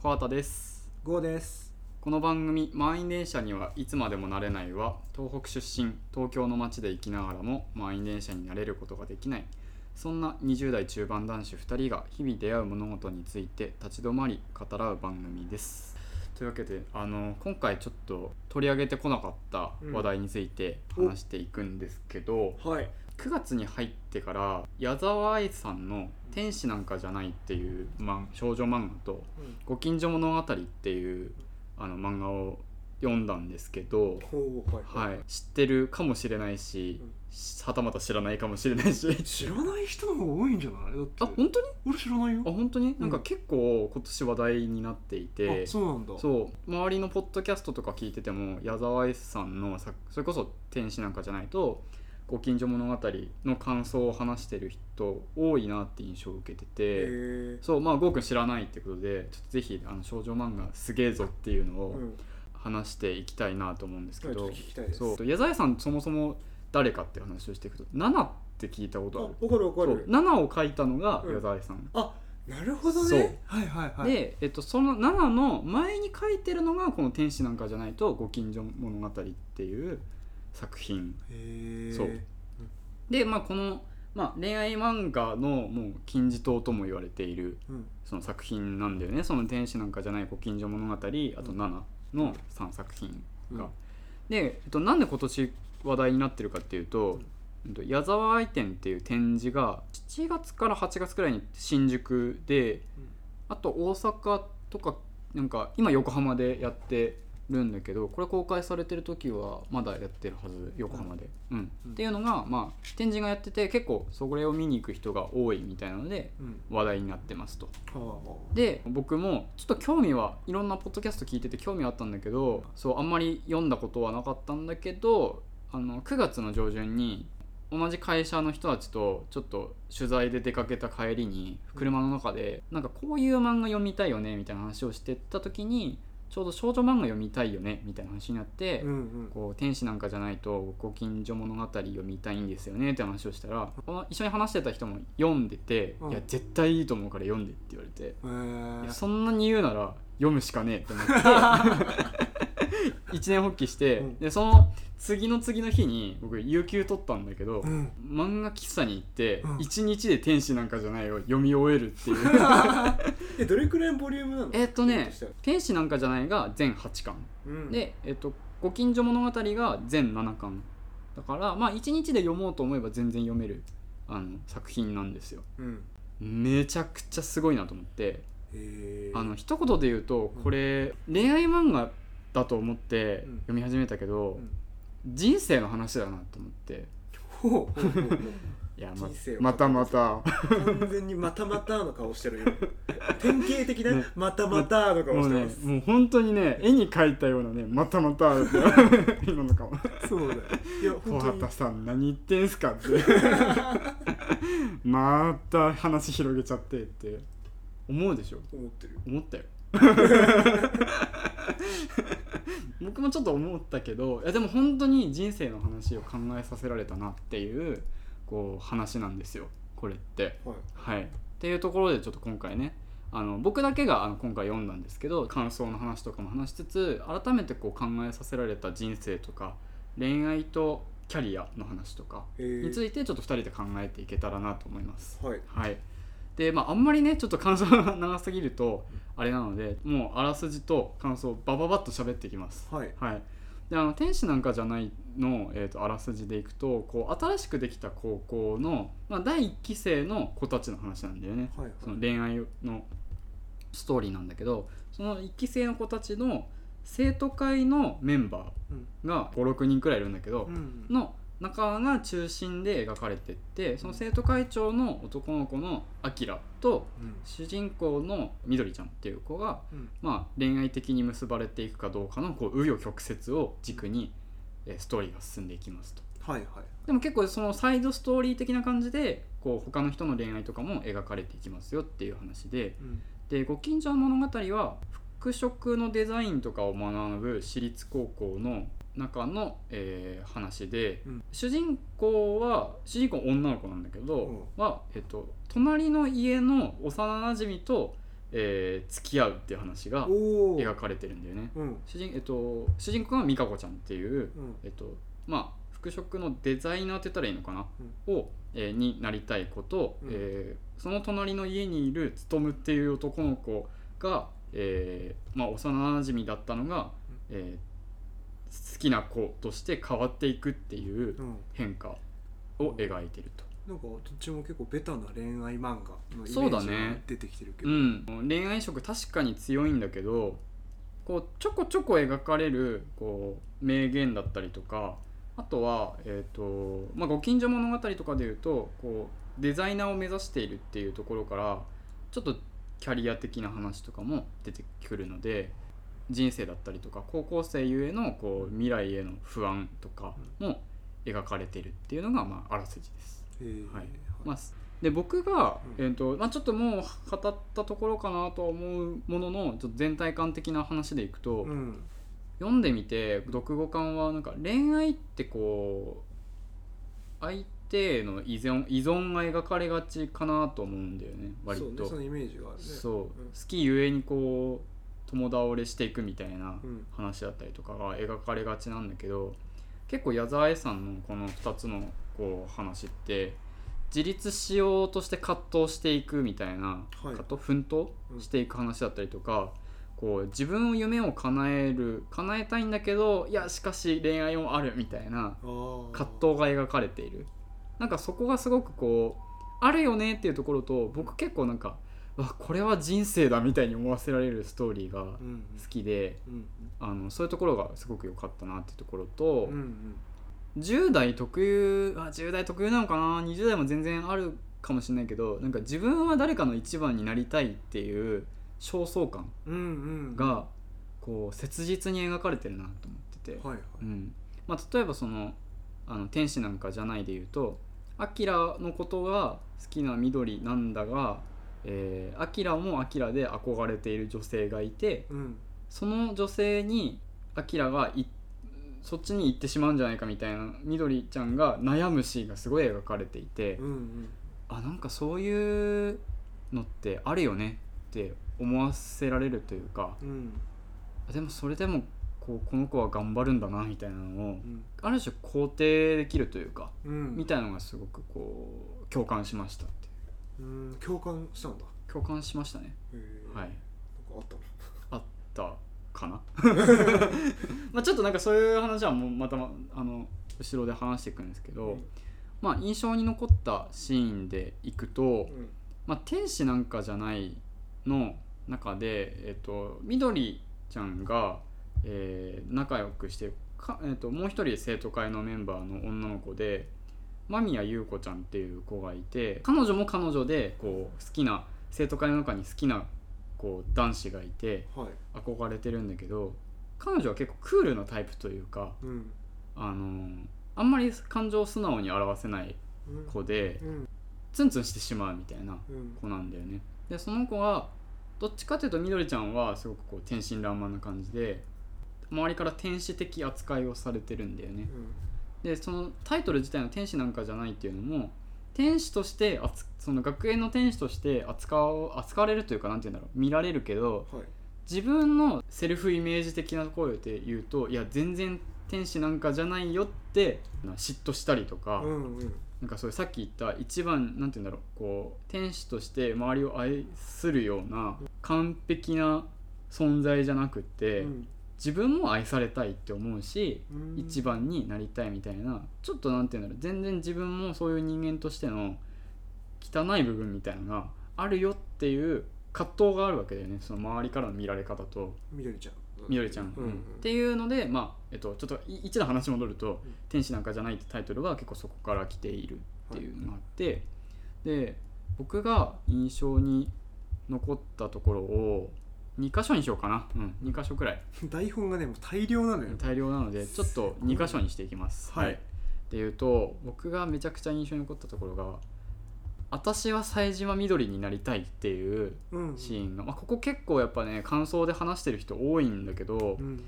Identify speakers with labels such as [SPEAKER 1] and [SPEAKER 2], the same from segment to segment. [SPEAKER 1] 川田です
[SPEAKER 2] ゴーです。
[SPEAKER 1] この番組「満員電車にはいつまでもなれない」は東北出身東京の街で生きながらも満員電車になれることができないそんな20代中盤男子2人が日々出会う物事について立ち止まり語らう番組ですというわけであの今回ちょっと取り上げてこなかった話題について
[SPEAKER 2] うん
[SPEAKER 1] 話していくんですけど、
[SPEAKER 2] はい。
[SPEAKER 1] 9月に入ってから矢沢愛さんの「天使なんかじゃない」っていう漫少女漫画と「ご近所物語」っていうあの漫画を読んだんですけど、
[SPEAKER 2] ほうはい。
[SPEAKER 1] はい、知ってるかもしれないし
[SPEAKER 2] うん
[SPEAKER 1] はたまた知らないかもしれないし
[SPEAKER 2] 知らない人の方が多いんじゃない？だっ
[SPEAKER 1] あ
[SPEAKER 2] て
[SPEAKER 1] 本当に
[SPEAKER 2] 俺知らないよ
[SPEAKER 1] あ。本当になんか
[SPEAKER 2] うん
[SPEAKER 1] 結構今年話題になっていて、
[SPEAKER 2] あ、そうなんだ。
[SPEAKER 1] そう周りのポッドキャストとか聞いてても矢沢愛さんの作それこそ「天使なんかじゃないと」ご近所物語」の感想を話してる人多いなって印象を受けて
[SPEAKER 2] へ
[SPEAKER 1] て、
[SPEAKER 2] え。
[SPEAKER 1] そうまあゴーくん知らないってことでちょっとぜひあの少女漫画すげえぞっていうの
[SPEAKER 2] う
[SPEAKER 1] を
[SPEAKER 2] ん。はい
[SPEAKER 1] 話していきたいなと思うんです
[SPEAKER 2] ち
[SPEAKER 1] け
[SPEAKER 2] ょっ
[SPEAKER 1] ど、
[SPEAKER 2] と聞きたいです。
[SPEAKER 1] そう矢沢愛さんそもそも誰かっていう話をしていくと「ナナ」って聞いたこ
[SPEAKER 2] あ、
[SPEAKER 1] とあ
[SPEAKER 2] わ
[SPEAKER 1] る
[SPEAKER 2] かるわか
[SPEAKER 1] そう「
[SPEAKER 2] る。
[SPEAKER 1] ナナ」を書いたのが矢沢愛さん、
[SPEAKER 2] あ、なるほどね。
[SPEAKER 1] そう
[SPEAKER 2] はいはいはい。
[SPEAKER 1] で、えっと、その7の前に書いてるのがこの「天使なんかじゃないとご近所物語」っていう作品
[SPEAKER 2] へえ。
[SPEAKER 1] そうで、まあ、この、まあ、恋愛漫画のもう金字塔とも言われている
[SPEAKER 2] うん。
[SPEAKER 1] その作品なんだよねその「天使なんかじゃないご近所物語」あと「7」の3作品が。
[SPEAKER 2] うん
[SPEAKER 1] で、えっと、なんで今年話題になってるかっていうとうんと矢沢愛展っていう展示が7月から8月くらいに新宿であと大阪とかなんか今横浜でやってるんだけどこれ公開されてる時はまだやってるはず横浜で、うん
[SPEAKER 2] うん
[SPEAKER 1] っていうのが、まあ、展示がやってて結構それを見に行く人が多いみたいなので
[SPEAKER 2] うん。
[SPEAKER 1] 話題になってますと
[SPEAKER 2] は
[SPEAKER 1] で僕もちょっと興味はいろんなポッドキャスト聞いてて興味はあったんだけどそうあんまり読んだことはなかったんだけどあの9月の上旬に同じ会社の人たちとちょっと取材で出かけた帰りに車の中でなんかこういう漫画読みたいよねみたいな話をしてた時にちょうど少女漫画読みたいよねみたいな話になって
[SPEAKER 2] あ。うんうん。
[SPEAKER 1] こう天使なんかじゃないとご近所物語読みたいんですよねって話をしたらこの一緒に話してた人も読んでて「
[SPEAKER 2] うん
[SPEAKER 1] いや絶対いいと思うから読んで」って言われて
[SPEAKER 2] へ
[SPEAKER 1] いや
[SPEAKER 2] え。
[SPEAKER 1] そんなに言うなら読むしかねえって 思って一年発起して、
[SPEAKER 2] うん
[SPEAKER 1] でその次の次の日に僕有給取ったんだけど、
[SPEAKER 2] うん。
[SPEAKER 1] 漫画喫茶に行って
[SPEAKER 2] うん
[SPEAKER 1] 一、日で「天使なんかじゃない」を読み終えるっていう
[SPEAKER 2] え、どれくらいのボリュームなの？
[SPEAKER 1] えっとね
[SPEAKER 2] したら
[SPEAKER 1] 「天使なんかじゃない」が全8巻、
[SPEAKER 2] うん。
[SPEAKER 1] で、えっと「ご近所物語」が全7巻だからまあ一日で読もうと思えば全然読めるあの作品なんですよ
[SPEAKER 2] うん。
[SPEAKER 1] めちゃくちゃすごいなと思って
[SPEAKER 2] へえ。
[SPEAKER 1] あの一言で言うと
[SPEAKER 2] うん
[SPEAKER 1] これ恋愛漫画だと思って
[SPEAKER 2] うん
[SPEAKER 1] 読み始めたけど
[SPEAKER 2] うん。
[SPEAKER 1] 人生の話だなと思って
[SPEAKER 2] ほうほうほうほう。
[SPEAKER 1] いやま
[SPEAKER 2] 人生を
[SPEAKER 1] またまた
[SPEAKER 2] 完全にまたまたの顔してるよ典型的な
[SPEAKER 1] ね
[SPEAKER 2] またまたの顔
[SPEAKER 1] もう
[SPEAKER 2] して
[SPEAKER 1] ね
[SPEAKER 2] ます、
[SPEAKER 1] もう本当にね絵に描いたようなねまたまた 今の顔
[SPEAKER 2] そうだよいや
[SPEAKER 1] 小
[SPEAKER 2] 本当
[SPEAKER 1] 畑さん何言ってんすかって また話広げちゃってって思うでしょ
[SPEAKER 2] に思ってる
[SPEAKER 1] 思ったよ 僕もちょっと思ったけどいやでも本当に人生の話を考えさせられたなっていうこう話なんですよこれって。
[SPEAKER 2] はい
[SPEAKER 1] はい、っていうところでちょっと今回ねあの僕だけがあの今回読んだんですけど感想の話とかも話しつつ改めてこう考えさせられた人生とか恋愛とキャリアの話とか
[SPEAKER 2] え
[SPEAKER 1] につ
[SPEAKER 2] ー、
[SPEAKER 1] いてちょっと2人で考えていけたらなと思います。
[SPEAKER 2] はい
[SPEAKER 1] はい、でまああんまりねちょっと感想が 長すぎるとあれなのでもうあらすじと感想をバババッと喋っていきます。
[SPEAKER 2] はい
[SPEAKER 1] はい、であの天使なんかじゃないの、えー、とあらすじでいくとこう新しくできた高校の、まあ、第1期生の子たちの話なんだよね。
[SPEAKER 2] はいはい
[SPEAKER 1] その恋愛のストーリーなんだけどその1期生の子たちの生徒会のメンバーが56人くらいいるんだけど、
[SPEAKER 2] うん
[SPEAKER 1] の中が中心で描かれてってその生徒会長の男の子のアキラと
[SPEAKER 2] うん
[SPEAKER 1] 主人公のみどりちゃんっていう子が、
[SPEAKER 2] うん
[SPEAKER 1] まあ、恋愛的に結ばれていくかどうかのこう紆余曲折を軸にえーストーリーが進んでいきますと。
[SPEAKER 2] はいはい
[SPEAKER 1] でも結構そのサイドストーリー的な感じでこう他の人の恋愛とかも描かれていきますよっていう話で
[SPEAKER 2] うん
[SPEAKER 1] でご近所物語は服飾のデザインとかを学ぶ私立高校の中の、えー話で、
[SPEAKER 2] うん
[SPEAKER 1] 主人公は主人公女の子なんだけど、
[SPEAKER 2] うん
[SPEAKER 1] は、えっと、隣の家の幼なじみと,、ええー付き合うっていう話が
[SPEAKER 2] おお
[SPEAKER 1] 描かれてるんだよね
[SPEAKER 2] うん
[SPEAKER 1] 主人,、えっと、主人公が美香子ちゃんっていう、
[SPEAKER 2] うん
[SPEAKER 1] えっとまあ、服飾のデザイナーって言ったらいいのかな、を、えーになりたい子と、
[SPEAKER 2] うん
[SPEAKER 1] えーその隣の家にいる勉っていう男の子が、えーまあ、幼馴染だったのが、えー好きな子として変わっていくっていう
[SPEAKER 2] うん
[SPEAKER 1] 変化を描いてると。
[SPEAKER 2] なんかどっちも結構ベタな恋愛漫画のイメ
[SPEAKER 1] そうだ
[SPEAKER 2] ージ
[SPEAKER 1] ね
[SPEAKER 2] が出てきてるけ
[SPEAKER 1] う
[SPEAKER 2] ど、
[SPEAKER 1] ん、恋愛色確かに強いんだけどこうちょこちょこ描かれるこう名言だったりとかあとは、えーとまあ、ご近所物語とかでいうとこうデザイナーを目指しているっていうところからちょっとキャリア的な話とかも出てくるので人生だったりとか高校生ゆえのこう未来への不安とかも描かれているっていうのが、まあ、あらすじです。
[SPEAKER 2] えー
[SPEAKER 1] はいまあ、で僕が、
[SPEAKER 2] うん
[SPEAKER 1] えーとまあ、ちょっともう語ったところかなとは思うもののちょっと全体感的な話でいくと、
[SPEAKER 2] うん
[SPEAKER 1] 読んでみて読後感はなんか恋愛ってこう相手への依存依存が描かれがちかなと思うんだよね割
[SPEAKER 2] そう
[SPEAKER 1] と
[SPEAKER 2] ねそのイメージがあるね
[SPEAKER 1] そう好
[SPEAKER 2] ん
[SPEAKER 1] きゆえにこう友倒れしていくみたいな
[SPEAKER 2] うん
[SPEAKER 1] 話だったりとかが描かれがちなんだけど結構矢沢絵さんのこの2つのこう話って自立しようとして葛藤していくみたいな、
[SPEAKER 2] はい
[SPEAKER 1] 葛藤奮闘
[SPEAKER 2] うん
[SPEAKER 1] していく話だったりとか、こう自分の夢を叶える叶えたいんだけどいやしかし恋愛もあるみたいな
[SPEAKER 2] あー
[SPEAKER 1] 葛藤が描かれているなんかそこがすごくこうあるよねっていうところと僕結構なんかうわこれは人生だみたいに思わせられるストーリーが好
[SPEAKER 2] うんうん
[SPEAKER 1] きで。
[SPEAKER 2] うん
[SPEAKER 1] あのそういうところがすごく良かったなっていうところと
[SPEAKER 2] うん、うん
[SPEAKER 1] 10代特有あ10代特有なのかな20代も全然あるかもしれないけどなんか自分は誰かの一番になりたいっていう焦燥感
[SPEAKER 2] うんうんは
[SPEAKER 1] がこう切実に描かれてるなと思ってて、
[SPEAKER 2] いはい
[SPEAKER 1] うんまあ、例えばそのあの天使なんかじゃないで言うとアキラのことが好きな緑なんだが、えー、アキラもアキラで憧れている女性がいて、
[SPEAKER 2] うん
[SPEAKER 1] その女性にアキラがいそっちに行ってしまうんじゃないかみたいなみどりちゃんが悩むシーンがすごい描かれていて、
[SPEAKER 2] うんうん
[SPEAKER 1] あなんかそういうのってあるよねって思わせられるというか
[SPEAKER 2] うん
[SPEAKER 1] あでもそれでもこうこの子は頑張るんだなみたいなのを
[SPEAKER 2] うん
[SPEAKER 1] ある種肯定できるというか
[SPEAKER 2] うん
[SPEAKER 1] みたいなのがすごくこう共感しましたっていう
[SPEAKER 2] うん共感したんだ
[SPEAKER 1] 共感しましたね
[SPEAKER 2] へー
[SPEAKER 1] はい
[SPEAKER 2] なんかあったの
[SPEAKER 1] あったかな まあちょっとなんかそういう話はもうまたまあの後ろで話していくんですけど、まあ印象に残ったシーンでいくと
[SPEAKER 2] う、ん
[SPEAKER 1] まあ、天使なんかじゃないの中で、えっとみどりちゃんが、えー仲良くしてるか、えっともう一人生徒会のメンバーの女の子で間宮優子ちゃんっていう子がいて彼女も彼女でこう好きな生徒会の中に好きなこう男子がいて、
[SPEAKER 2] はい
[SPEAKER 1] 憧れてるんだけど彼女は結構クールなタイプというか、
[SPEAKER 2] うん
[SPEAKER 1] あのあんまり感情を素直に表せない
[SPEAKER 2] うん
[SPEAKER 1] 子で
[SPEAKER 2] うん
[SPEAKER 1] ツンツンしてしまうみたいな
[SPEAKER 2] うん
[SPEAKER 1] 子なんだよね。でその子はどっちかというとみどりちゃんはすごくこう天真爛漫な感じで周りから天使的扱いをされてるんだよね。でそのタイトル自体の「天使なんかじゃない」っていうのも天使として扱その学園の天使として扱う扱われるというかなんて言うんだろう見られるけど
[SPEAKER 2] うんはい
[SPEAKER 1] 自分のセルフイメージ的なところで言うといや全然天使なんかじゃないよってな嫉妬したりとか、
[SPEAKER 2] うんうん
[SPEAKER 1] なんかそういうさっき言った一番なんて言うんだろうこう天使として周りを愛するような完璧な存在じゃなくて、
[SPEAKER 2] うん
[SPEAKER 1] 自分も愛されたいって思うし、
[SPEAKER 2] うん
[SPEAKER 1] 一番になりたいみたいなちょっとなんて言うんだろう全然自分もそういう人間としての汚い部分みたいなのがあるよっていう葛藤があるわけだよねその周りからの見られ方と
[SPEAKER 2] みどりちゃん
[SPEAKER 1] みどりちゃん、
[SPEAKER 2] うん
[SPEAKER 1] うんっていうので、まあえっと、ちょっとい一度話戻ると
[SPEAKER 2] うん
[SPEAKER 1] 「天使なんかじゃない」ってタイトルは結構そこから来ているっていうのがあってで僕が印象に残ったところを2箇所にしようかな、うん、2箇所くらい
[SPEAKER 2] うん台本がねもう大量なのよ
[SPEAKER 1] 大量なのでちょっと2箇所にしていきます。
[SPEAKER 2] はい
[SPEAKER 1] っていうと僕がめちゃくちゃ印象に残ったところが「私は冴島みどりになりたい」っていう
[SPEAKER 2] うん
[SPEAKER 1] シーンが、まあ、ここ結構やっぱね感想で話してる人多いんだけど、
[SPEAKER 2] うん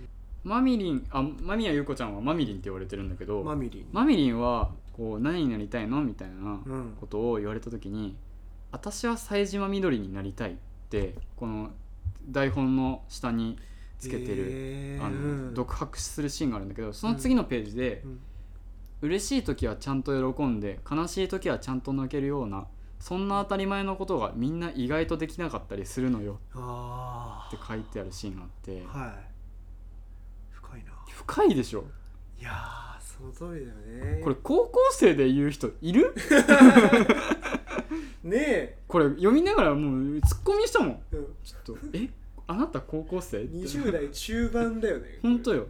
[SPEAKER 1] マミリンあマミヤ優子ちゃんはマミリンって言われてるんだけど、
[SPEAKER 2] マミリン
[SPEAKER 1] マミリンはこう何になりたいのみたいな
[SPEAKER 2] うん
[SPEAKER 1] ことを言われた時に「私は冴島みどりになりたい」っってこの台本の下につけてる、
[SPEAKER 2] えー
[SPEAKER 1] あ
[SPEAKER 2] う
[SPEAKER 1] の
[SPEAKER 2] ん
[SPEAKER 1] 独白するシーンがあるんだけどその次のページで、
[SPEAKER 2] うん
[SPEAKER 1] 嬉しい時はちゃんと喜んで悲しい時はちゃんと泣けるようなそんな当たり前のことがみんな意外とできなかったりするのよ
[SPEAKER 2] あ
[SPEAKER 1] って書いてあるシーンがあって
[SPEAKER 2] あはい深いな
[SPEAKER 1] 深いでしょ
[SPEAKER 2] いやーその通りだよね
[SPEAKER 1] これ高校生で言う人いる
[SPEAKER 2] ねえ、
[SPEAKER 1] これ読みながらもうツッコミしたもん
[SPEAKER 2] うん、
[SPEAKER 1] ちょっとえあなた高校生って
[SPEAKER 2] 20代中盤だよね
[SPEAKER 1] 本当よ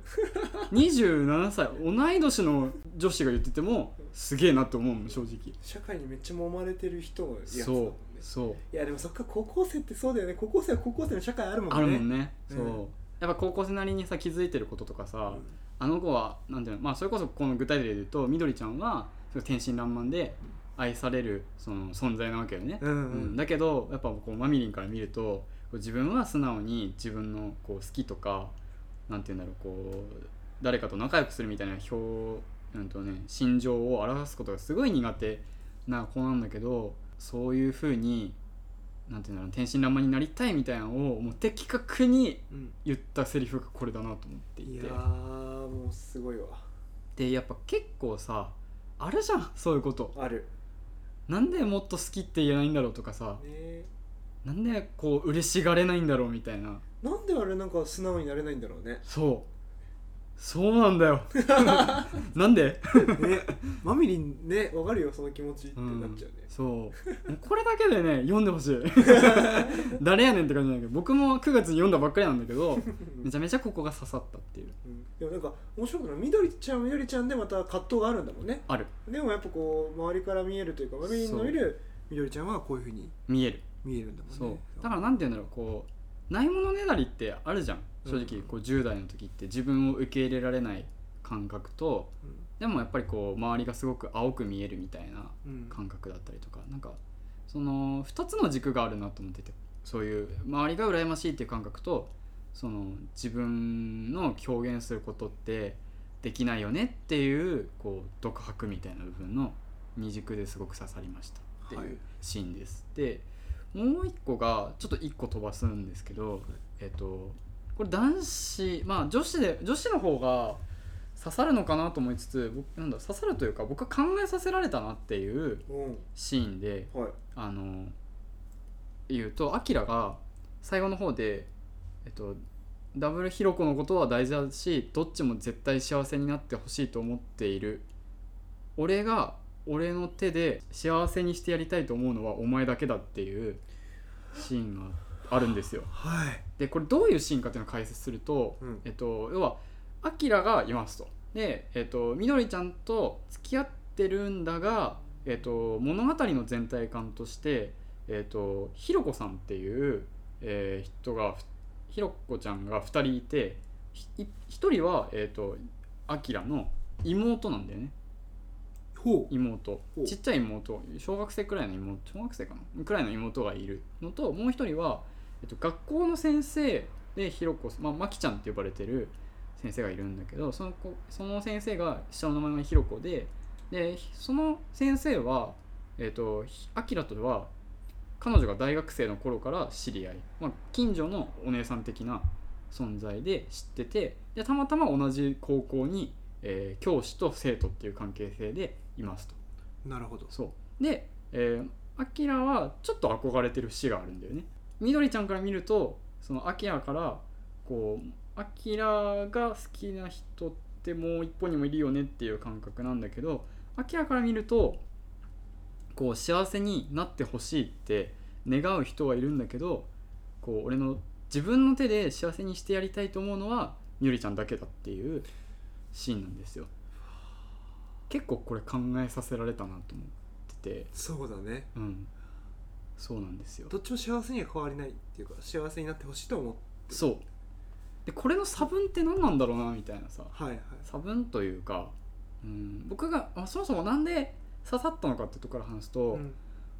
[SPEAKER 1] 27歳同い年の女子が言っててもすげえなって思うもん正直
[SPEAKER 2] 社会にめっちゃ揉まれてる人のやつだもん
[SPEAKER 1] そう
[SPEAKER 2] ね
[SPEAKER 1] そう
[SPEAKER 2] いやでもそっか高校生ってそうだよね高校生は高校生の社会あるもんね
[SPEAKER 1] あるもんね、
[SPEAKER 2] うん
[SPEAKER 1] そうやっぱ高校生なりにさ気づいてることとかさ、あの子はなんていうの、まあ、それこそこの具体例で言うとみどりちゃんはすごい天真爛漫で愛されるその存在なわけよね、
[SPEAKER 2] うんうん
[SPEAKER 1] だけどやっぱこうマミリンから見るとこう自分は素直に自分のこう好きとかなんていうんだろうこう誰かと仲良くするみたいな表なんとね心情を表すことがすごい苦手な子なんだけどそういうふうになんていうんだろう天真爛漫になりたいみたいなのをもう的確に
[SPEAKER 2] うん
[SPEAKER 1] 言ったセリフがこれだなと思っていて。
[SPEAKER 2] いやーもうすごいわ
[SPEAKER 1] でやっぱ結構さあるじゃんそういうこと
[SPEAKER 2] ある
[SPEAKER 1] なんでもっと好きって言えないんだろうとかさ
[SPEAKER 2] ねえ
[SPEAKER 1] なんでこう嬉しがれないんだろうみたいな
[SPEAKER 2] なんであれなんか素直になれないんだろうね
[SPEAKER 1] そうそうなんだ よなんで、
[SPEAKER 2] ねマミリンねわかるよその気持ちって
[SPEAKER 1] うん
[SPEAKER 2] なっちゃうね、
[SPEAKER 1] そうもうこれだけでね読んでほし い誰やねんって感じなんだけど僕も9月に読んだばっかりなんだけどめちゃめちゃここが刺さったっていう
[SPEAKER 2] うんでもなんか面白くないみどりちゃんはみどりちゃんでまた葛藤があるんだもんね
[SPEAKER 1] ある
[SPEAKER 2] でもやっぱこう周りから見えるというかマミリンのいるみどりちゃんはこういうふうに
[SPEAKER 1] 見える
[SPEAKER 2] 見えるんだもんね
[SPEAKER 1] そうだからなんて言うんだろうこうないものねだりってあるじゃん正直
[SPEAKER 2] うん
[SPEAKER 1] こう10代の時って自分を受け入れられない感覚とでもやっぱりこう周りがすごく青く見えるみたいな
[SPEAKER 2] うん、うん
[SPEAKER 1] 感覚だったりとかなんかその2つの軸があるなと思っててそういう周りが羨ましいっていう感覚とその自分の表現することってできないよねっていうこう独白みたいな部分の二軸ですごく刺さりましたって
[SPEAKER 2] はいいう
[SPEAKER 1] シーンです。でもう一個がちょっと一個飛ばすんですけど、えっとこれ男子まあ女子で女子の方が刺さるのかなと思いつつ僕なんだ刺さるというか僕は考えさせられたなっていう
[SPEAKER 2] うん
[SPEAKER 1] シーンで
[SPEAKER 2] はい
[SPEAKER 1] あの言うとアキラが最後の方で、えっと、ダブルヒロコのことは大事だしどっちも絶対幸せになってほしいと思っている俺が俺の手で幸せにしてやりたいと思うのはお前だけだっていうシーンがあるんですよ。
[SPEAKER 2] はい
[SPEAKER 1] でこれどういうシーンかっていうのを解説すると、
[SPEAKER 2] うん
[SPEAKER 1] えっと、要はアキラがいますとで、えっと、みどりちゃんと付き合ってるんだが、えっと、物語の全体感として、えっと、ひろこさんっていう、えー人がひろこちゃんが2人いてひ1人は、えっと、アキラの妹なんだよね
[SPEAKER 2] ほ
[SPEAKER 1] 妹
[SPEAKER 2] ほう
[SPEAKER 1] ちっちゃい妹小学生くらいの妹小学生かなくらいの妹がいるのともう一人は、えっと、学校の先生でひろこまあ、まきちゃんって呼ばれてる先生がいるんだけどその子その先生が下の名前がひろこででその先生はえっとひあきらとは彼女が大学生の頃から知り合い、まあ、近所のお姉さん的な存在で知っててでたまたま同じ高校に、えー教師と生徒っていう関係性でいますと
[SPEAKER 2] うなるほど
[SPEAKER 1] そうで、えー、アキラはちょっと憧れてる節があるんだよねみどりちゃんから見るとそのアキラからこうアキラが好きな人ってもう一歩にもいるよねっていう感覚なんだけどアキラから見るとこう幸せになってほしいって願う人はいるんだけどこう俺の自分の手で幸せにしてやりたいと思うのはみどりちゃんだけだっていうシーンなんですよ結構これ考えさせられたなと思ってて
[SPEAKER 2] そうだね
[SPEAKER 1] うんそうなんですよ
[SPEAKER 2] どっちも幸せには変わりないっていうか幸せになってほしいと思って
[SPEAKER 1] そうでこれの差分って何なんだろうなみたいなさ
[SPEAKER 2] はいはい
[SPEAKER 1] 差分というか、うん、僕があそもそもなんで刺さったのかってとこから話すと、
[SPEAKER 2] うん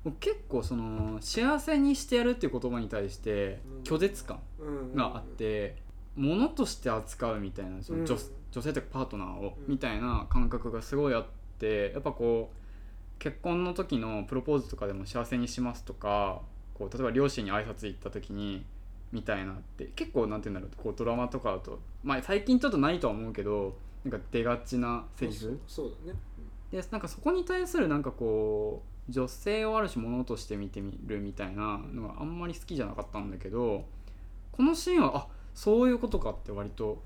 [SPEAKER 1] もう結構その幸せにしてやるっていう言葉に対して
[SPEAKER 2] うん
[SPEAKER 1] 拒絶感
[SPEAKER 2] うん
[SPEAKER 1] があって物として扱うみたいなその女,、
[SPEAKER 2] うん
[SPEAKER 1] 女性というかパートナーを
[SPEAKER 2] うん
[SPEAKER 1] みたいな感覚がすごいあってやっぱこう結婚の時のプロポーズとかでも幸せにしますとかこう例えば両親に挨拶行った時にみたいなって結構なんて言うんだろうこうドラマとかだと、まあ、最近ちょっとないとは思うけどなんか出がちなセリフ
[SPEAKER 2] そうだね、
[SPEAKER 1] でなんかそこに対するなんかこう女性をある種ものとして見てみるみたいなのがあんまり好きじゃなかったんだけどこのシーンはあそういうことかって割と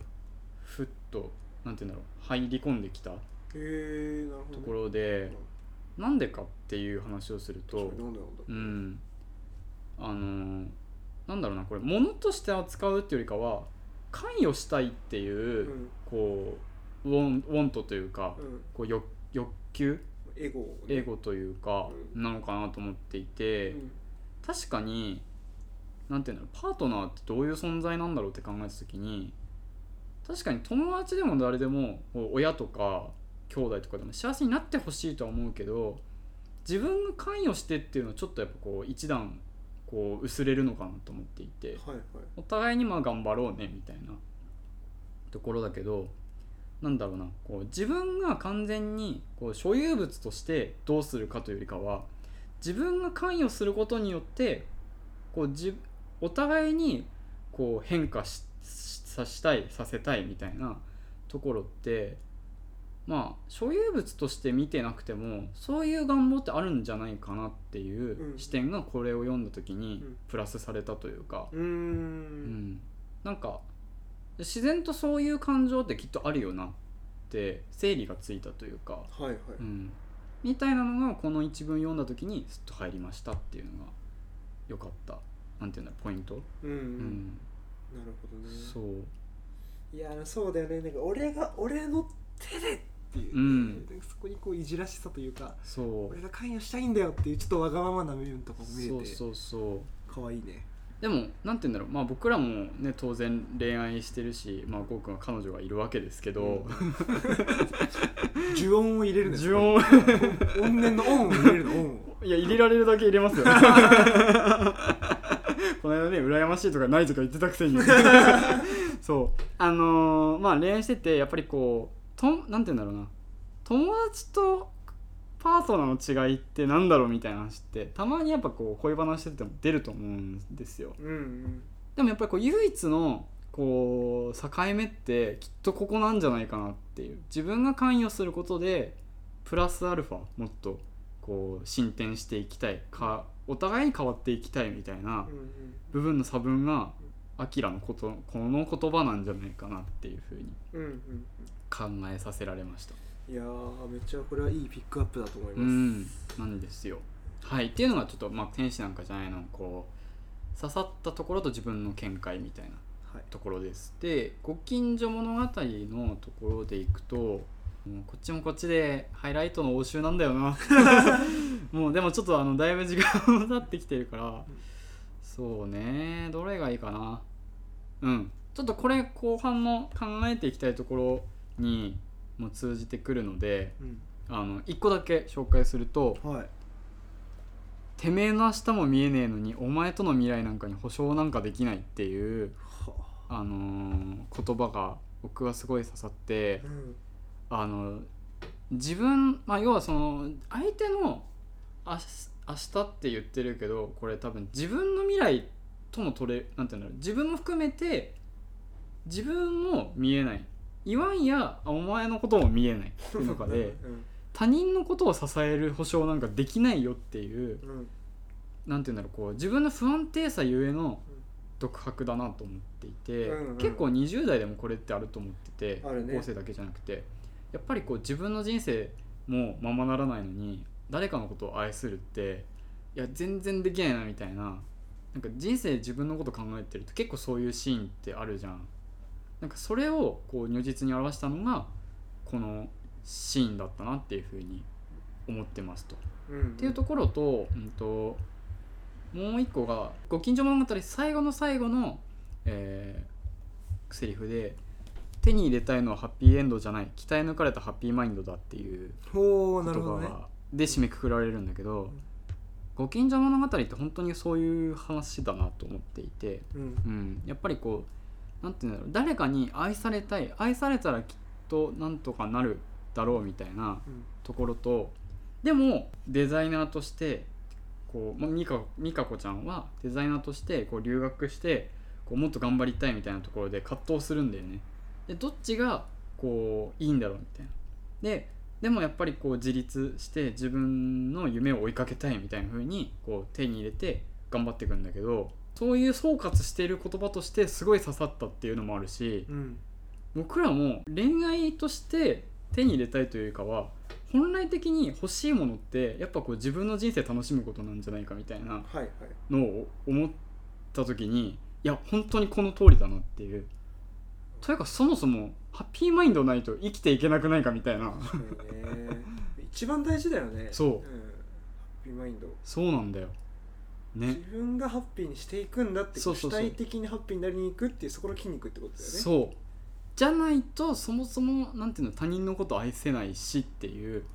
[SPEAKER 1] ふっとなんて言うんだろう入り込んできた
[SPEAKER 2] うん、へえなるほど、
[SPEAKER 1] と
[SPEAKER 2] ね、
[SPEAKER 1] ころで、なんでかっていう話をする
[SPEAKER 2] 確
[SPEAKER 1] と
[SPEAKER 2] かになんだなんだ、
[SPEAKER 1] うんあのーなんだろうなこれ物として扱うっていうよりかは関与したいっていうう、
[SPEAKER 2] ん
[SPEAKER 1] こうウォンウォントというか、
[SPEAKER 2] うん、
[SPEAKER 1] こう欲欲求
[SPEAKER 2] エゴをね
[SPEAKER 1] 英語というか
[SPEAKER 2] う
[SPEAKER 1] なのかなと思っていて、
[SPEAKER 2] うん
[SPEAKER 1] 確かになんていうんだろうパートナーってどういう存在なんだろうって考えた時に確かに友達でも誰でもこう親とか兄弟とかでも幸せになってほしいとは思うけど自分が関与してっていうのはちょっとやっぱこう一段こう薄れるのかなと思っていて。
[SPEAKER 2] はいはい
[SPEAKER 1] お互いにまあ頑張ろうねみたいなところだけどなんだろうなこう自分が完全にこう所有物としてどうするかというよりかは自分が関与することによってこうじお互いにこう変化ししさしたいさせたいみたいなところってまあ所有物として見てなくてもそういう願望ってあるんじゃないかなっていう視点がこれを読んだ時に
[SPEAKER 2] うん
[SPEAKER 1] プラスされたというか。
[SPEAKER 2] うーん
[SPEAKER 1] うん、なんか自然とそういう感情ってきっとあるよなって整理がついたというか、
[SPEAKER 2] はいはい、
[SPEAKER 1] うん、みたいなのがこの一文読んだ時にスッと入りましたっていうのが良かったなんていうんだろうポイント、
[SPEAKER 2] うんう、
[SPEAKER 1] うんん
[SPEAKER 2] なるほどね
[SPEAKER 1] そう
[SPEAKER 2] いやそうだよねなんか俺が俺の手でっていう、
[SPEAKER 1] うん
[SPEAKER 2] なんかそこにこういじらしさというか
[SPEAKER 1] そう
[SPEAKER 2] 俺が関与したいんだよっていうちょっとわがままな部分とかも見えて
[SPEAKER 1] そうそうそう
[SPEAKER 2] 可愛いね
[SPEAKER 1] でもなんて言うんだろう、まあ、僕らも、ね、当然恋愛してるし、まあ、ゴーくんは彼女がいるわけですけど、
[SPEAKER 2] 呪音を入れるのよ
[SPEAKER 1] 呪音
[SPEAKER 2] 怨念の音を入れるの音を
[SPEAKER 1] いや入れられるだけ入れますよ この間ね羨ましいとかないとか言ってたくせに そうあのーまあ恋愛しててやっぱりこうとなんて言うんだろうな友達とパートナーの違いってなんだろうみたいな話ってたまにやっぱこう恋話してても出ると思うんですよ
[SPEAKER 2] うんうん
[SPEAKER 1] でもやっぱりこう唯一のこう境目ってきっとここなんじゃないかなっていう自分が関与することでプラスアルファもっとこう進展していきたいかお互いに変わっていきたいみたいな
[SPEAKER 2] うん
[SPEAKER 1] 部分の差分がアキラのことこの言葉なんじゃないかなっていうふうに
[SPEAKER 2] うんうんうん
[SPEAKER 1] 考えさせられました
[SPEAKER 2] いやーめっちゃこれはいいピックアップだと思いうます
[SPEAKER 1] んなんですよはいっていうのがちょっとまあ天使なんかじゃないのこう刺さったところと自分の見解みたいな
[SPEAKER 2] はい
[SPEAKER 1] ところですで「ご近所物語」のところでいくともうこっちもこっちでハイライトの応酬なんだよなもうでもちょっとあのだいぶ時間も経ってきてるからそうねどれがいいかなうんちょっとこれ後半の考えていきたいところにも通じてくるので
[SPEAKER 2] うん
[SPEAKER 1] あの1個だけ紹介すると
[SPEAKER 2] はい
[SPEAKER 1] 「てめえの明日も見えねえのにお前との未来なんかに保証なんかできない」っていう
[SPEAKER 2] はあ
[SPEAKER 1] あのー言葉が僕はすごい刺さって
[SPEAKER 2] う、ん
[SPEAKER 1] あの自分、まあ、要はその相手の明日明日って言ってるけどこれ多分自分の未来とも取れなんていうんだろう自分も含めて自分も見えない言わんやあお前のことも見えないっていう中で
[SPEAKER 2] うん
[SPEAKER 1] 他人のことを支える保証なんかできないよっていう
[SPEAKER 2] うん
[SPEAKER 1] なんていうんだろうこう自分の不安定さゆえの独白だなと思っていて、
[SPEAKER 2] うんうん
[SPEAKER 1] 結構20代でもこれってあると思ってて、
[SPEAKER 2] あるね
[SPEAKER 1] 高校生だけじゃなくてやっぱりこう自分の人生もままならないのに誰かのことを愛するっていや全然できないなみたいななんか人生自分のこと考えてると結構そういうシーンってあるじゃん。なんかそれをこう如実に表したのがこのシーンだったなっていうふうに思ってますと。
[SPEAKER 2] うん
[SPEAKER 1] っていうところと,、うん、ともう一個が「ご近所物語」最後の最後の、えーセリフで「手に入れたいのはハッピーエンドじゃない鍛え抜かれたハッピーマインドだ」っていう
[SPEAKER 2] ほう
[SPEAKER 1] 言
[SPEAKER 2] なるほどね
[SPEAKER 1] 葉で締めくくられるんだけど「ご近所物語」って本当にそういう話だなと思っていて。
[SPEAKER 2] うん
[SPEAKER 1] うん、やっぱりこうなんていうんだろう誰かに愛されたい愛されたらきっとなんとかなるだろうみたいな
[SPEAKER 2] うん
[SPEAKER 1] ところとでもデザイナーとしてこう、まあ、美香美香子ちゃんはデザイナーとしてこう留学してこうもっと頑張りたいみたいなところで葛藤するんだよねでどっちがこういいんだろうみたいなででもやっぱりこう自立して自分の夢を追いかけたいみたいな風にこう手に入れて頑張っていくんだけどそういう総括している言葉としてすごい刺さったっていうのもあるし
[SPEAKER 2] うん
[SPEAKER 1] 僕らも恋愛として手に入れたいというよりかは本来的に欲しいものってやっぱこう自分の人生楽しむことなんじゃないかみたいな
[SPEAKER 2] はいはい
[SPEAKER 1] のを思った時にいや本当にこの通りだなっていうというかそもそもハッピーマインドないと生きていけなくないかみたいな
[SPEAKER 2] そうね一番大事だよね、
[SPEAKER 1] そうん
[SPEAKER 2] ハッピーマインド、
[SPEAKER 1] そうなんだよ
[SPEAKER 2] 自
[SPEAKER 1] ね
[SPEAKER 2] 分がハッピーにしていくんだって
[SPEAKER 1] そうそうそう
[SPEAKER 2] 主体的にハッピーになりにいくっていうそこの筋肉ってことだよね
[SPEAKER 1] そうじゃないとそもそもなんていうの他人のこと愛せないしっていうだか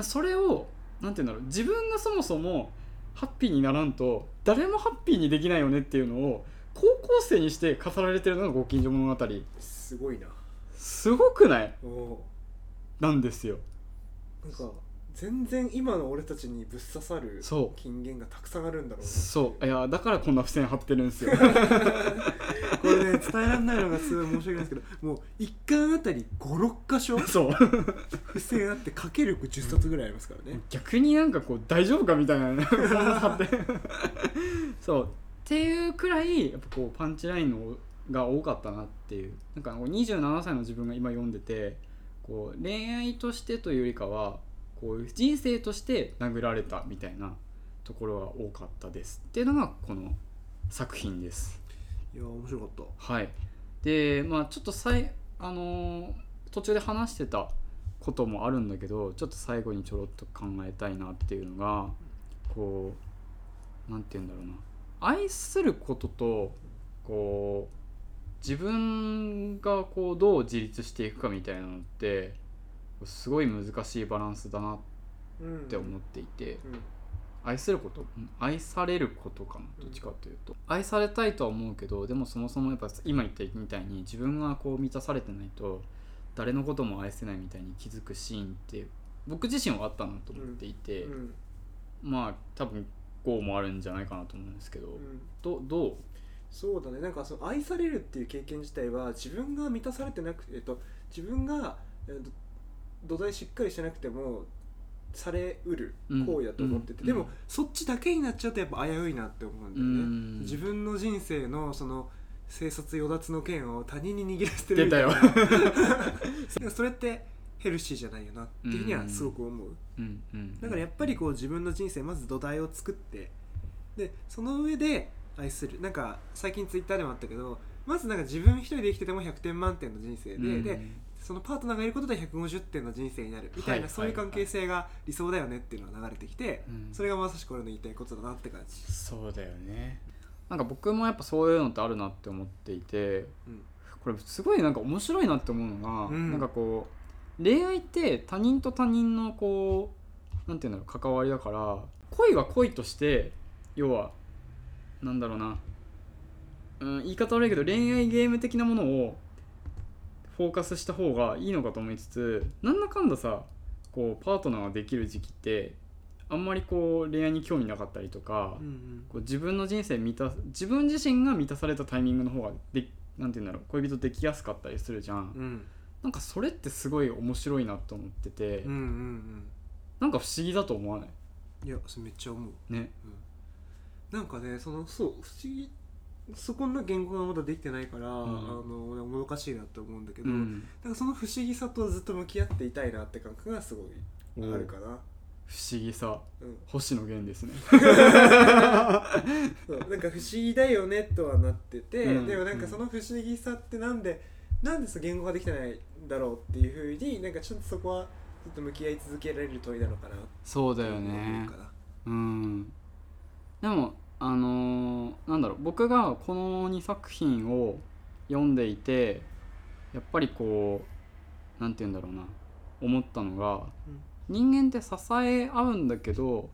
[SPEAKER 1] らそれをなんていうんだろう自分がそもそもハッピーにならんと誰もハッピーにできないよねっていうのを高校生にして語られてるのが「ご近所物語」
[SPEAKER 2] すごいな
[SPEAKER 1] すごくない
[SPEAKER 2] おお
[SPEAKER 1] なんですよ
[SPEAKER 2] なんか全然今の俺たちにぶっ刺さる
[SPEAKER 1] そう
[SPEAKER 2] 金言がたくさんあるんだろうな
[SPEAKER 1] そういやだからこんな付箋貼ってるんですよ
[SPEAKER 2] これね伝えられないのがすごい申し訳ないんです けどもう1巻あたり56箇所
[SPEAKER 1] そう
[SPEAKER 2] 不正あってかける10冊ぐらいありますからね、
[SPEAKER 1] 逆になんかこう大丈夫かみたいな ねこんな貼ってそうっていうくらいやっぱこうパンチラインのが多かったなっていうなんかこう27歳の自分が今読んでてこう恋愛としてというよりかはこう人生として殴られたみたいなところが多かったですっていうのがこの作品です。
[SPEAKER 2] いや面白かった
[SPEAKER 1] はい、でまあちょっとさい、あのー途中で話してたこともあるんだけどちょっと最後にちょろっと考えたいなっていうのがこうなんて言うんだろうな愛することとこう自分がこうどう自立していくかみたいなのってすごい難しいバランスだなっ
[SPEAKER 2] うん
[SPEAKER 1] て思っていて。
[SPEAKER 2] うん
[SPEAKER 1] 愛することうん愛されることかな
[SPEAKER 2] うん
[SPEAKER 1] どっちかというと、愛されたいとは思うけどでもそもそもやっぱ今言ったみたいに自分がこう満たされてないと誰のことも愛せないみたいに気づくシーンって僕自身はあったなと思っていて、
[SPEAKER 2] うん
[SPEAKER 1] まあ多分こうもあるんじゃないかなと思うんですけど、
[SPEAKER 2] うん
[SPEAKER 1] どどう
[SPEAKER 2] そうだねなんかその愛されるっていう経験自体は自分が満たされてなくて、えっと、自分が、えっと、土台しっかりしてなくてもされうる
[SPEAKER 1] うん
[SPEAKER 2] 行為だと思ってて、
[SPEAKER 1] うん
[SPEAKER 2] でも、そっちだけになっちゃうとやっぱ危ういなって思うんだよね、
[SPEAKER 1] うん
[SPEAKER 2] 自分の人生のその生殺与奪の剣を他人に握らせてる
[SPEAKER 1] 出
[SPEAKER 2] み
[SPEAKER 1] た
[SPEAKER 2] たい
[SPEAKER 1] よ
[SPEAKER 2] な、でもそれってヘルシーじゃないよなっていうふうにはすごく思う、
[SPEAKER 1] うんうん、
[SPEAKER 2] だからやっぱりこう自分の人生まず土台を作ってでその上で愛するなんか最近ツイッターでもあったけどまずなんか自分一人で生きてても100点満点の人生で,、
[SPEAKER 1] うん
[SPEAKER 2] でそのパートナーがいることで150点の人生になるみたいな、
[SPEAKER 1] はい
[SPEAKER 2] そういう関係性が理想だよねっていうのが流れてきて、
[SPEAKER 1] うん
[SPEAKER 2] それがまさしく俺の言いたいことだなって感じ、
[SPEAKER 1] そうだよねなんか僕もやっぱそういうのってあるなって思っていて
[SPEAKER 2] うん
[SPEAKER 1] これすごいなんか面白いなって思うのが、
[SPEAKER 2] うん
[SPEAKER 1] なんかこう恋愛って他人と他人のこうなんていうんだろう関わりだから恋は恋として要はなんだろうな、うん、言い方悪いけど恋愛ゲーム的なものをフォーカスした方がいいのかと思いつつなんだかんださこうパートナーができる時期ってあんまりこう恋愛に興味なかったりとか、
[SPEAKER 2] うんうん
[SPEAKER 1] こう自分の人生満た自分自身が満たされたタイミングの方がでなんて言うんだろう恋人できやすかったりするじゃん、
[SPEAKER 2] うん
[SPEAKER 1] なんかそれってすごい面白いなと思ってて、
[SPEAKER 2] うんうんうん
[SPEAKER 1] なんか不思議だと思わない
[SPEAKER 2] いやそれめっちゃ思う
[SPEAKER 1] ね
[SPEAKER 2] なんかねそのそう不思議そこんな言語がまだできてないか
[SPEAKER 1] ん
[SPEAKER 2] ら、あのもどかしいなって思うんだけど、
[SPEAKER 1] うん
[SPEAKER 2] なんかその不思議さとずっと向き合っていたいなって感覚がすごいあるかな、
[SPEAKER 1] 不思議さ
[SPEAKER 2] うん、
[SPEAKER 1] 星野源ですね
[SPEAKER 2] そうなんか不思議だよねとはなってて、
[SPEAKER 1] うん
[SPEAKER 2] でもなんかその不思議さってなんでなんでその言語ができてないんだろうっていうふうになんかちょっとそこはずっと向き合い続けられる問いなのかな
[SPEAKER 1] そうだ
[SPEAKER 2] って
[SPEAKER 1] よ
[SPEAKER 2] 思
[SPEAKER 1] ね
[SPEAKER 2] うかな
[SPEAKER 1] うんでもあのーなんだろう僕がこの2作品を読んでいてやっぱりこうなんて言うんだろうな思ったのが人間って支え合うんだけど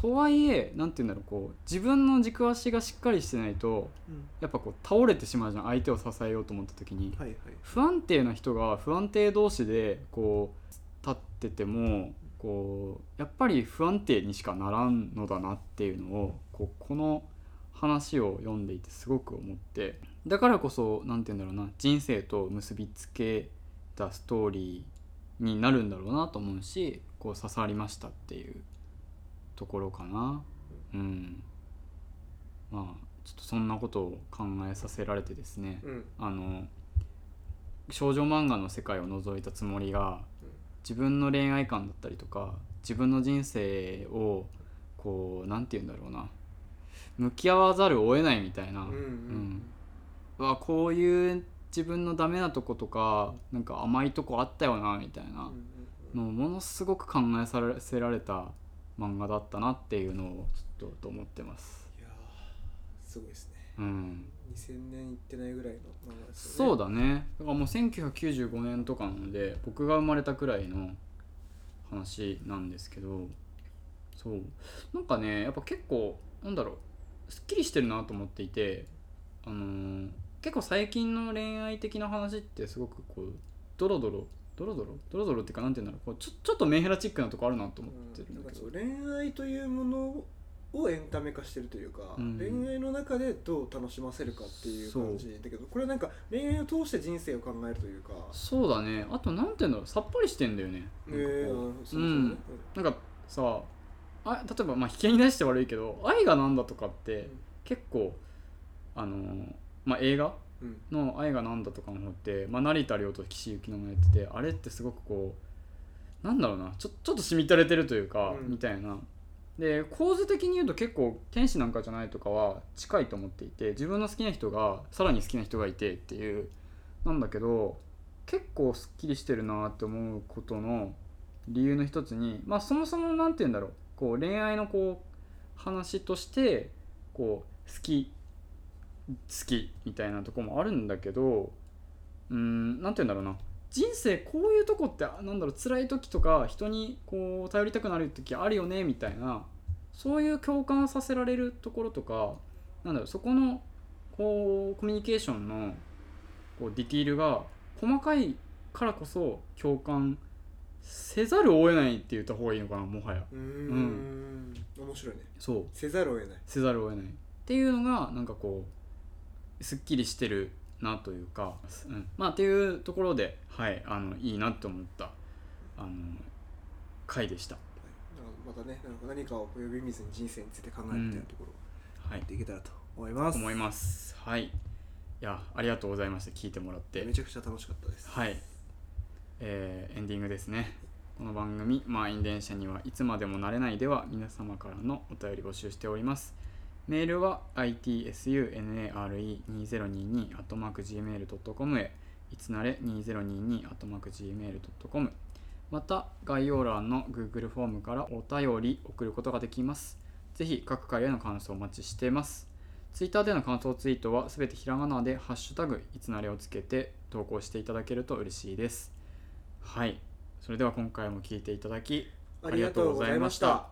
[SPEAKER 1] とはいえなんて言うんだろうこう自分の軸足がしっかりしてないと
[SPEAKER 2] うん、うん
[SPEAKER 1] やっぱこう倒れてしまうじゃん相手を支えようと思った時に
[SPEAKER 2] はいはい
[SPEAKER 1] 不安定な人が不安定同士でこう立っててもこうやっぱり不安定にしかならんのだなっていうのをこうこの話を読んでいてすごく思ってだからこそ何て言うんだろうな人生と結びつけたストーリーになるんだろうなと思うしこう刺さりましたっていうところかなうんまあちょっとそんなことを考えさせられてですね、
[SPEAKER 2] うん
[SPEAKER 1] あの少女漫画の世界を覗いたつもりが
[SPEAKER 2] うん
[SPEAKER 1] 自分の恋愛観だったりとか自分の人生をこうなんて言うんだろうな向き合わざるを得ないみたいな、
[SPEAKER 2] うんうん
[SPEAKER 1] うわこういう自分のダメなとことかなんか甘いとこあったよなみたい
[SPEAKER 2] うん
[SPEAKER 1] な
[SPEAKER 2] うん
[SPEAKER 1] のをものすごく考えさせられた漫画だったなっていうのをちょっと思ってます。
[SPEAKER 2] いやーすごいですね
[SPEAKER 1] うん
[SPEAKER 2] 2000年いってないぐらいの漫画です
[SPEAKER 1] そ
[SPEAKER 2] よ
[SPEAKER 1] う
[SPEAKER 2] ね
[SPEAKER 1] だねだからもう1995年とかなので僕が生まれたくらいの話なんですけどそうなんかねやっぱ結構なんだろうすっきりしてるなと思っていてあのー結構最近の恋愛的な話ってすごくこうドロドロドロドロドロドロっていうかなんて言うんだろうこうちょちょっとメンヘラチックなとこあるなと思ってる
[SPEAKER 2] うんんな
[SPEAKER 1] だ
[SPEAKER 2] んか
[SPEAKER 1] け
[SPEAKER 2] そ
[SPEAKER 1] ど、
[SPEAKER 2] う恋愛というものをエンタメ化してるというか、
[SPEAKER 1] うん
[SPEAKER 2] 恋愛の中でどう楽しませるかっていう感じだけどこれなんか恋愛を通して人生を考えるというか
[SPEAKER 1] そうだねあとなんて言うんだろうさっぱりしてんだよね
[SPEAKER 2] え
[SPEAKER 1] なんかこう
[SPEAKER 2] ーあのそうそうね
[SPEAKER 1] うんなんかさあ例えばまあ引きに出して悪いけど「愛がなんだ」とかって結構あのーまあ、映画
[SPEAKER 2] うんうん
[SPEAKER 1] の「愛がなんだ」とかの方って、まあ、成田凌と岸井ゆきのがやっててあれってすごくこうなんだろうなちょちょっとしみたれてるというか、
[SPEAKER 2] うん
[SPEAKER 1] みたいな。で構図的に言うと結構「天使なんかじゃない」とかは近いと思っていて自分の好きな人がさらに好きな人がいてっていうなんだけど結構すっきりしてるなって思うことの理由の一つに、まあ、そもそも何て言うんだろうこう恋愛のこう話としてこう好き好きみたいなとこもあるんだけどうーん何て言うんだろうな人生こういうとこってあなんだろう辛い時とか人にこう頼りたくなる時あるよねみたいなそういう共感させられるところとかなんだろうそこのこうコミュニケーションのこうディティールが細かいからこそ共感せざるを得ないって言った方がいいのかなもはや
[SPEAKER 2] うーん面白いね
[SPEAKER 1] そう
[SPEAKER 2] せざるを得ない
[SPEAKER 1] せざるを得ないっていうのがなんかこうすっきりしてるなというか、うん、まあっていうところではいあのいいなと思ったあの回でした
[SPEAKER 2] なんかまたねなんか何かを呼び水に人生について考えるみたいなところを
[SPEAKER 1] は
[SPEAKER 2] や
[SPEAKER 1] い
[SPEAKER 2] っていけたらと思います、
[SPEAKER 1] 思いますはいいやありがとうございました聞いてもらって
[SPEAKER 2] めちゃくちゃ楽しかったです
[SPEAKER 1] はい、えーエンディングですねこの番組「満員電車にはいつまでもなれない」では皆様からのお便り募集しておりますメールは itsune2022-gmail.com へいつなれ 2022-gmail.com また概要欄の Google フォームからお便り送ることができますぜひ各回への感想をお待ちしていますツイッターでの感想ツイートはすべてひらがなで「ハッシュタグいつなれ」をつけて投稿していただけると嬉しいです。はい。それでは今回も聞いていただき
[SPEAKER 2] ありがとうございました。